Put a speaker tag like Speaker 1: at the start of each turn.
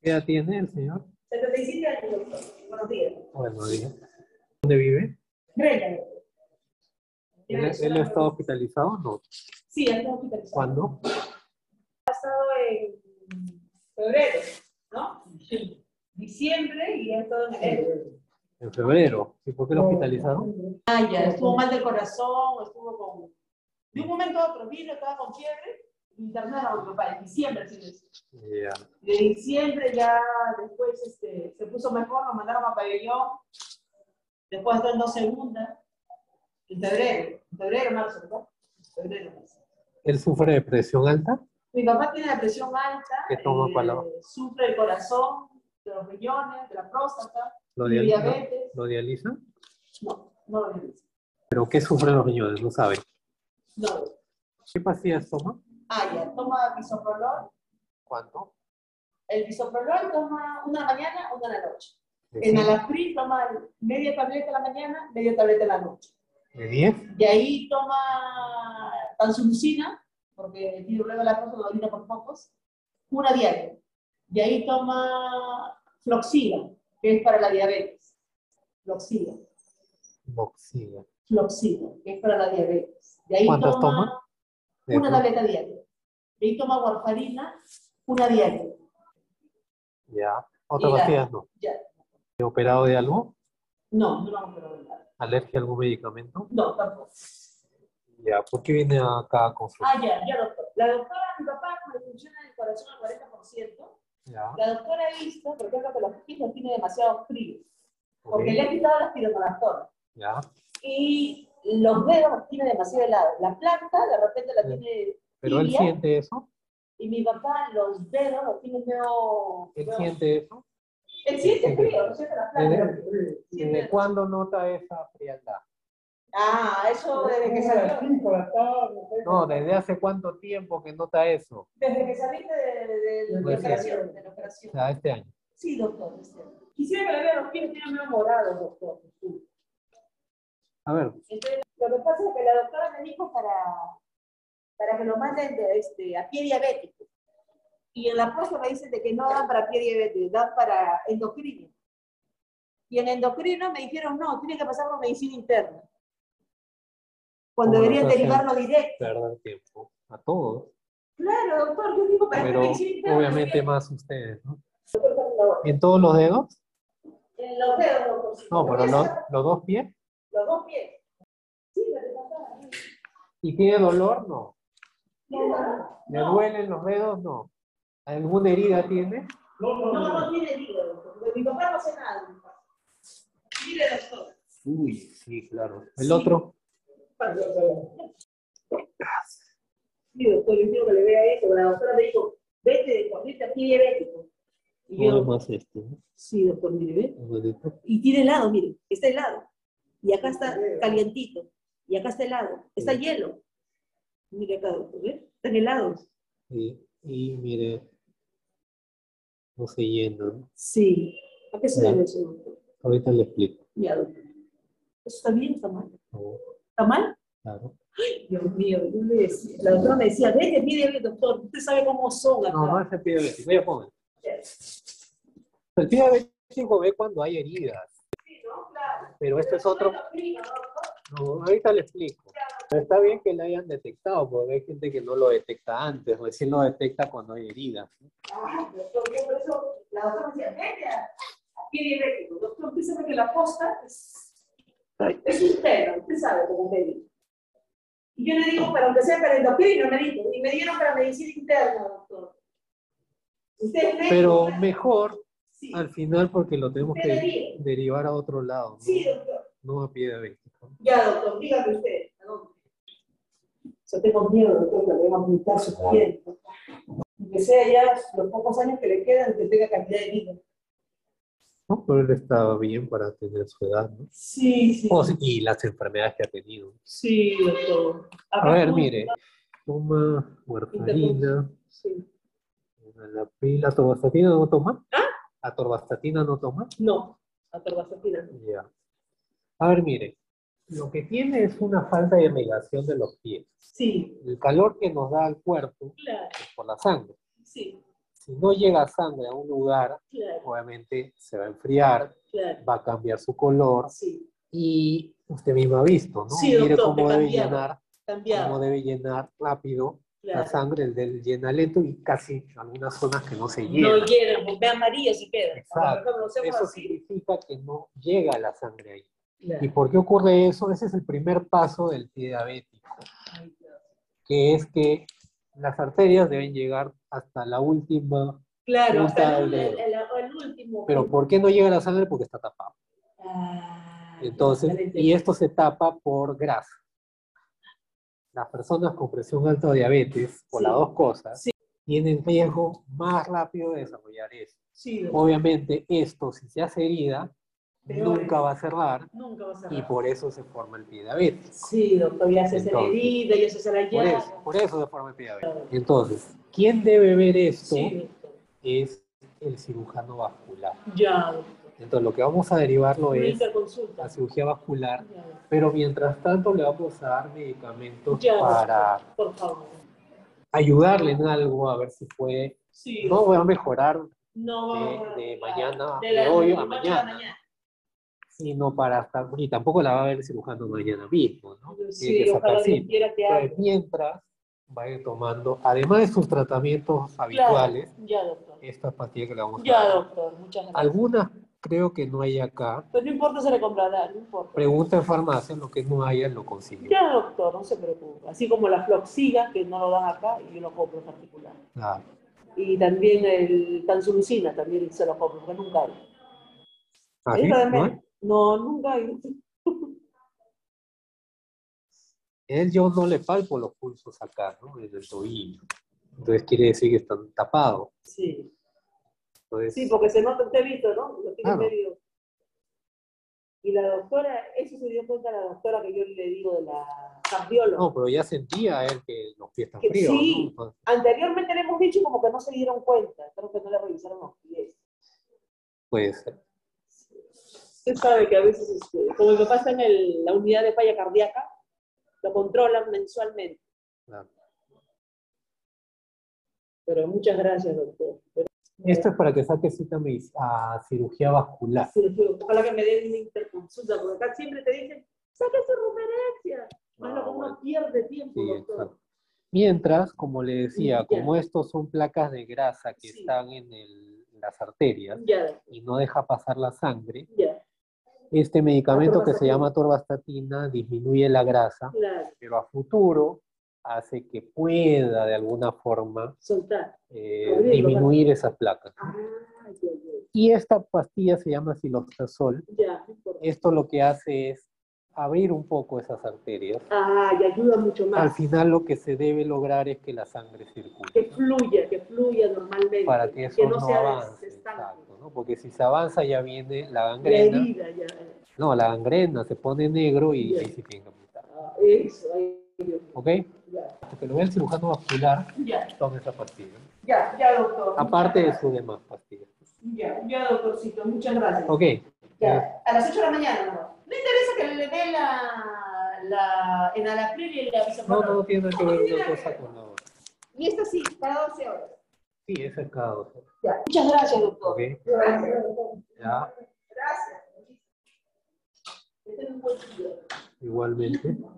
Speaker 1: ¿Qué edad tiene el señor?
Speaker 2: 77 años, doctor. Buenos días.
Speaker 1: Bueno, bien. ¿Dónde vive?
Speaker 2: Grella, doctor.
Speaker 1: ¿Él,
Speaker 2: Grella,
Speaker 1: él ha
Speaker 2: Sonora.
Speaker 1: estado hospitalizado? No.
Speaker 2: Sí, él está hospitalizado.
Speaker 1: ¿Cuándo?
Speaker 2: pasado en febrero, ¿no? Diciembre y ya todo en enero.
Speaker 1: En febrero. ¿Y por qué lo hospitalizaron?
Speaker 2: Ah, ya, estuvo mal del corazón, estuvo con... De un momento a otro vino, estaba con fiebre, internaron a mi papá en diciembre, así es.
Speaker 1: Ya.
Speaker 2: De diciembre ya después este, se puso mejor, lo mandaron a pabellón, después entró en dos segundas, en febrero, en febrero, marzo, ¿no? Febrero, marzo.
Speaker 1: ¿Él sufre de presión alta?
Speaker 2: Mi papá tiene la presión alta,
Speaker 1: ¿Qué
Speaker 2: eh,
Speaker 1: toma para la-
Speaker 2: sufre el corazón, de los riñones, de la próstata,
Speaker 1: ¿Lo
Speaker 2: de
Speaker 1: dializa?
Speaker 2: diabetes.
Speaker 1: ¿Lo dializa?
Speaker 2: No, no lo dice.
Speaker 1: ¿Pero qué sufren los riñones? No saben.
Speaker 2: No.
Speaker 1: ¿Qué pastillas toma?
Speaker 2: Ah, ya, toma bisoprolol.
Speaker 1: ¿Cuánto?
Speaker 2: El bisoprolol toma una mañana, una en la noche.
Speaker 1: ¿De
Speaker 2: En
Speaker 1: qué?
Speaker 2: Alapril toma media tableta en la mañana, media tableta en la noche.
Speaker 1: ¿De 10?
Speaker 2: De ahí toma tanzulucina, porque tiene problema de la próstata, orina por pocos, una diaria. De ahí toma floxila, que es para la diabetes. Floxila,
Speaker 1: Boxilla.
Speaker 2: floxila, que es para la diabetes. De ahí
Speaker 1: ¿Cuántas Eh,
Speaker 2: toma
Speaker 1: ¿De
Speaker 2: una tableta diaria. De ahí toma warfarina, una diaria.
Speaker 1: Ya. ¿Otras
Speaker 2: Y la-
Speaker 1: pastillas no?
Speaker 2: Ya.
Speaker 1: ¿He operado de algo?
Speaker 2: No, no vamos a preguntar.
Speaker 1: ¿Alergia a algún medicamento?
Speaker 2: No, tampoco.
Speaker 1: Ya. ¿Por qué viene acá a consulta?
Speaker 2: Ah, ya, ya, doctor. La doctora, mi papá, como le funciona el corazón al 40%,
Speaker 1: Ya.
Speaker 2: La doctora ha visto, por ejemplo, que los pies los tiene demasiado fríos,
Speaker 1: ok,
Speaker 2: porque le ha quitado las pironogastoras.
Speaker 1: Ya.
Speaker 2: Y los dedos los tiene demasiado helados. La planta de repente la
Speaker 1: Sí.
Speaker 2: tiene
Speaker 1: ¿Pero él
Speaker 2: tibia,
Speaker 1: siente eso?
Speaker 2: y mi papá los dedos los tiene medio...
Speaker 1: ¿Él
Speaker 2: medio-
Speaker 1: siente eso?
Speaker 2: Él siente
Speaker 1: Sí.
Speaker 2: frío, no siente las plantas. Siente-
Speaker 1: ¿Desde cuándo nota esa frialdad?
Speaker 2: Ah, eso desde que salió,
Speaker 1: No, ¿desde hace cuánto tiempo que nota eso?
Speaker 2: desde que saliste de, de- de la
Speaker 1: Recién.
Speaker 2: operación. De la
Speaker 1: O
Speaker 2: operación.
Speaker 1: sea, este año.
Speaker 2: Sí, doctor. este. Quisiera que le vea los pies, tiene medio morados, doctor.
Speaker 1: A ver,
Speaker 2: Entonces, lo que pasa es que la doctora me dijo para, para que lo manden de, este, a pie diabético. Y en la próxima me dicen de que no dan para pie diabético, dan para endocrino. Y en endocrino me dijeron, no, tiene que pasar por medicina interna. Cuando
Speaker 1: Como
Speaker 2: deberían
Speaker 1: nos hacen.
Speaker 2: derivarlo directo.
Speaker 1: perder tiempo. A todos.
Speaker 2: Claro, doctor, yo digo, ¿para qué
Speaker 1: Pero
Speaker 2: medicina interna?
Speaker 1: obviamente más ustedes, ¿no? ¿En todos los dedos?
Speaker 2: En los dedos, doctor.
Speaker 1: No, pero los, los dos pies.
Speaker 2: Los dos pies. Sí, lo que pasaba.
Speaker 1: ¿Y tiene dolor? No.
Speaker 2: No, no,
Speaker 1: ¿Le duelen los dedos? No. ¿Alguna herida tiene?
Speaker 2: no, no tiene hígado, doctor. porque Mi papá no hace nada. mi papá. Mire, doctor.
Speaker 1: Uy, sí, claro. ¿El
Speaker 2: Sí.
Speaker 1: otro?
Speaker 2: Sí, doctor, yo quiero que le vea eso. La doctora me dijo, vete de corriente aquí diabético. Y
Speaker 1: Nada
Speaker 2: yo,
Speaker 1: más este, ¿no?
Speaker 2: sí, doctor, mire, ve.
Speaker 1: Un bolito.
Speaker 2: Y tiene helado, mire, está helado. Y acá está calientito. Y acá está helado. Está
Speaker 1: Sí.
Speaker 2: hielo. Mire acá, doctor, ¿ve? Están helados.
Speaker 1: Y, y mire, no se llena, ¿no?
Speaker 2: Sí. ¿A qué se
Speaker 1: Ya.
Speaker 2: debe eso, doctor?
Speaker 1: Ahorita le explico.
Speaker 2: Ya, doctor. ¿Eso está bien o está mal?
Speaker 1: ¿no?
Speaker 2: ¿Está mal?
Speaker 1: Claro.
Speaker 2: Dios mío, yo le decía, la doctora me decía, vete, mire, ve, doctor, usted sabe cómo son acá.
Speaker 1: No, no es el pie diabético. Ya pongan. El pie diabético ve cuando hay heridas.
Speaker 2: Sí, ¿no? Claro.
Speaker 1: Pero este es otro.
Speaker 2: Prima, doctor.
Speaker 1: No, ahorita le explico. Pero está bien que lo hayan detectado, porque hay gente que no lo detecta antes, recién lo detecta cuando hay heridas.
Speaker 2: Ay, doctor, yo por eso la doctora me decía, vete a a pie diabético. Doctor, usted sabe que la posta es, es un tema, usted sabe como médico. Y yo le digo, pero aunque sea para endocrino, me dijo, y me dieron para medicina interna, doctor. Usted es médico.
Speaker 1: Pero
Speaker 2: ¿verdad?
Speaker 1: mejor
Speaker 2: Sí,
Speaker 1: al final porque lo tenemos
Speaker 2: usted
Speaker 1: que
Speaker 2: deriva.
Speaker 1: derivar a otro lado,
Speaker 2: Sí,
Speaker 1: no,
Speaker 2: doctor.
Speaker 1: No a pie diabético.
Speaker 2: Ya, doctor, dígame usted. ¿a dónde? Yo tengo miedo, doctor, que le voy a aumentar su piel. Aunque sea ya los pocos años que le quedan, que tenga calidad de vida.
Speaker 1: No, pero él estaba bien para tener su edad, ¿no?
Speaker 2: Sí, sí.
Speaker 1: O sí, y las enfermedades que ha tenido.
Speaker 2: Sí, doctor.
Speaker 1: A ver, mire, toma warfarina,
Speaker 2: Sí.
Speaker 1: enalapril, atorvastatina no toma.
Speaker 2: ¿Ah?
Speaker 1: Atorvastatina no toma.
Speaker 2: No, atorvastatina.
Speaker 1: Ya. A ver, mire, lo que tiene es una falta de irrigación de los pies.
Speaker 2: Sí,
Speaker 1: El calor que nos da al cuerpo
Speaker 2: claro,
Speaker 1: es por la sangre.
Speaker 2: sí.
Speaker 1: Si Si no llega sangre a un lugar,
Speaker 2: Claro,
Speaker 1: obviamente se va a enfriar,
Speaker 2: claro.
Speaker 1: va a cambiar su color
Speaker 2: Sí,
Speaker 1: y usted mismo ha visto, ¿no?
Speaker 2: Sí,
Speaker 1: Mire
Speaker 2: doctor,
Speaker 1: cómo
Speaker 2: me
Speaker 1: debe
Speaker 2: cambiaron,
Speaker 1: llenar, cómo
Speaker 2: cambiado.
Speaker 1: debe llenar rápido la
Speaker 2: Claro.
Speaker 1: sangre, el del llena lento y casi algunas zonas que no se llenan.
Speaker 2: No llegan, vean María se queda.
Speaker 1: Exacto.
Speaker 2: Cuando conocemos
Speaker 1: Eso
Speaker 2: así.
Speaker 1: significa que no llega la sangre ahí.
Speaker 2: Claro.
Speaker 1: ¿Y por qué ocurre eso? Ese es el primer paso del pie diabético,
Speaker 2: Ay, Dios.
Speaker 1: que es que las arterias deben llegar hasta la última.
Speaker 2: Claro,
Speaker 1: No
Speaker 2: hasta
Speaker 1: está
Speaker 2: el,
Speaker 1: el-
Speaker 2: el- el- el último.
Speaker 1: Pero ¿por qué no llega la sangre? Porque está tapado.
Speaker 2: Ah,
Speaker 1: Entonces,
Speaker 2: ya, ya
Speaker 1: y esto se tapa por grasa. Las personas con presión alta o diabetes, por
Speaker 2: Sí.
Speaker 1: las dos cosas,
Speaker 2: Sí.
Speaker 1: tienen riesgo más rápido de desarrollar eso.
Speaker 2: Sí, doctor,
Speaker 1: Obviamente, esto, si se hace herida,
Speaker 2: Peor
Speaker 1: nunca
Speaker 2: es.
Speaker 1: va a cerrar
Speaker 2: nunca vas a
Speaker 1: y
Speaker 2: ver.
Speaker 1: por eso se forma el pie diabético.
Speaker 2: Sí, doctor, ya se hace la
Speaker 1: Entonces,
Speaker 2: herida, ya se hace la
Speaker 1: Por
Speaker 2: llaga.
Speaker 1: eso, por eso se forma el pie diabético. Entonces, ¿quién debe ver esto?
Speaker 2: Sí, doctor.
Speaker 1: Es el cirujano vascular.
Speaker 2: Ya, doctor.
Speaker 1: Entonces, lo que vamos a derivarlo
Speaker 2: Una
Speaker 1: es
Speaker 2: interconsulta.
Speaker 1: la cirugía vascular,
Speaker 2: Ya, doctor.
Speaker 1: pero mientras tanto le vamos a dar medicamentos
Speaker 2: Ya,
Speaker 1: para
Speaker 2: doctor, por favor.
Speaker 1: ayudarle en algo, a ver si puede.
Speaker 2: Sí,
Speaker 1: No va a mejorar,
Speaker 2: no vamos
Speaker 1: de- de
Speaker 2: a-
Speaker 1: mañana,
Speaker 2: de, la-
Speaker 1: de hoy a
Speaker 2: noche
Speaker 1: mañana. sino para estar, y tampoco la va a ver el cirujano mañana mismo, ¿no? Tiene
Speaker 2: Sí,
Speaker 1: que sacar Pues,
Speaker 2: ojalá Dios
Speaker 1: cita.
Speaker 2: quiera que haga.
Speaker 1: Entonces, mientras va a ir tomando, además de sus tratamientos habituales,
Speaker 2: Claro, ya, doctor.
Speaker 1: esta pastilla que le vamos a
Speaker 2: Ya,
Speaker 1: dar.
Speaker 2: doctor, muchas gracias.
Speaker 1: Algunas creo que no hay acá.
Speaker 2: Pero no importa, se le comprará, no importa.
Speaker 1: Pregunta en farmacia, lo que no haya lo consigue.
Speaker 2: Ya, doctor, no se preocupe. Así como la floxiga, que no lo dan acá, y yo lo compro en particular.
Speaker 1: Claro.
Speaker 2: Y también el tanzulucina, también se lo compro, porque nunca hay.
Speaker 1: Así,
Speaker 2: Eso también-
Speaker 1: ¿Ah, ¿no? es?
Speaker 2: No, nunca hay.
Speaker 1: Él yo no le palpo los pulsos acá, ¿no? Desde el tobillo. Entonces quiere decir que están tapados.
Speaker 2: Sí,
Speaker 1: Entonces,
Speaker 2: sí porque se nota, usted ha visto, ¿no? Lo tiene
Speaker 1: Claro.
Speaker 2: medio. Y la doctora, eso se dio cuenta la doctora que yo le digo de la cardióloga.
Speaker 1: no, pero ya sentía él que los pies están
Speaker 2: Que
Speaker 1: fríos.
Speaker 2: sí.
Speaker 1: ¿no? Entonces,
Speaker 2: Anteriormente le hemos dicho como que no se dieron cuenta, creo que no le revisaron los pies.
Speaker 1: puede ser.
Speaker 2: Usted sabe que a veces, este, como mi papá está en el- la unidad de falla cardíaca, lo controlan mensualmente.
Speaker 1: Claro.
Speaker 2: Pero muchas gracias, doctor. Pero-
Speaker 1: Esto es para que saque cita a medic- a cirugía vascular.
Speaker 2: Sí, sí, Ojalá que me den una interconsulta, porque acá siempre te dicen, saca su referencia. Bueno,
Speaker 1: Ah,
Speaker 2: como
Speaker 1: bueno.
Speaker 2: uno pierde tiempo,
Speaker 1: Sí,
Speaker 2: doctor.
Speaker 1: exacto. Mientras, como le decía,
Speaker 2: Ya.
Speaker 1: como estos son placas de grasa que
Speaker 2: Sí.
Speaker 1: están en el- las arterias
Speaker 2: Ya,
Speaker 1: y no deja pasar la sangre,
Speaker 2: ya,
Speaker 1: Este medicamento que se
Speaker 2: Atorvastatina.
Speaker 1: llama torvastatina disminuye la grasa,
Speaker 2: claro,
Speaker 1: pero a futuro hace que pueda de alguna forma
Speaker 2: soltar.
Speaker 1: eh,
Speaker 2: Abrirlo,
Speaker 1: disminuir esas placas.
Speaker 2: Ah, ya,
Speaker 1: Y esta pastilla se llama silostazol.
Speaker 2: ya, ya, no importa.
Speaker 1: Esto lo que hace es abrir un poco esas arterias.
Speaker 2: Ah, y ayuda mucho
Speaker 1: Al
Speaker 2: más.
Speaker 1: final lo que se debe lograr es que la sangre circule
Speaker 2: Que fluya, que fluya normalmente.
Speaker 1: para que eso no,
Speaker 2: sea
Speaker 1: avance.
Speaker 2: estanco.
Speaker 1: exacto, ¿no? Porque si se avanza ya viene la
Speaker 2: La
Speaker 1: gangrena.
Speaker 2: herida, ya. ya.
Speaker 1: No, la gangrena se pone negro y
Speaker 2: Ya.
Speaker 1: ahí sí tiene que apuntar.
Speaker 2: Ah, eso, ahí, Dios mío.
Speaker 1: ¿Ok?
Speaker 2: ya.
Speaker 1: Porque lo ve el cirujano vascular,
Speaker 2: Ya,
Speaker 1: tome esa pastilla.
Speaker 2: ya, ya, doctor.
Speaker 1: Aparte de sus demás pastillas.
Speaker 2: Ya, ya, doctorcito, muchas gracias.
Speaker 1: Ok. Eh.
Speaker 2: Ya, a las 8 de la mañana, ¿no? No interesa que le dé la, la enalapril y la
Speaker 1: No,
Speaker 2: bisoprolol.
Speaker 1: no tiene nada que ver una cosa con la otra.
Speaker 2: Y esta sí, cada 12 horas.
Speaker 1: Sí, es el cada dos.
Speaker 2: Ya. Muchas gracias, doctor.
Speaker 1: Ok.
Speaker 2: Gracias, doctor.
Speaker 1: Ya,
Speaker 2: Gracias. Este es un buen día.
Speaker 1: igualmente.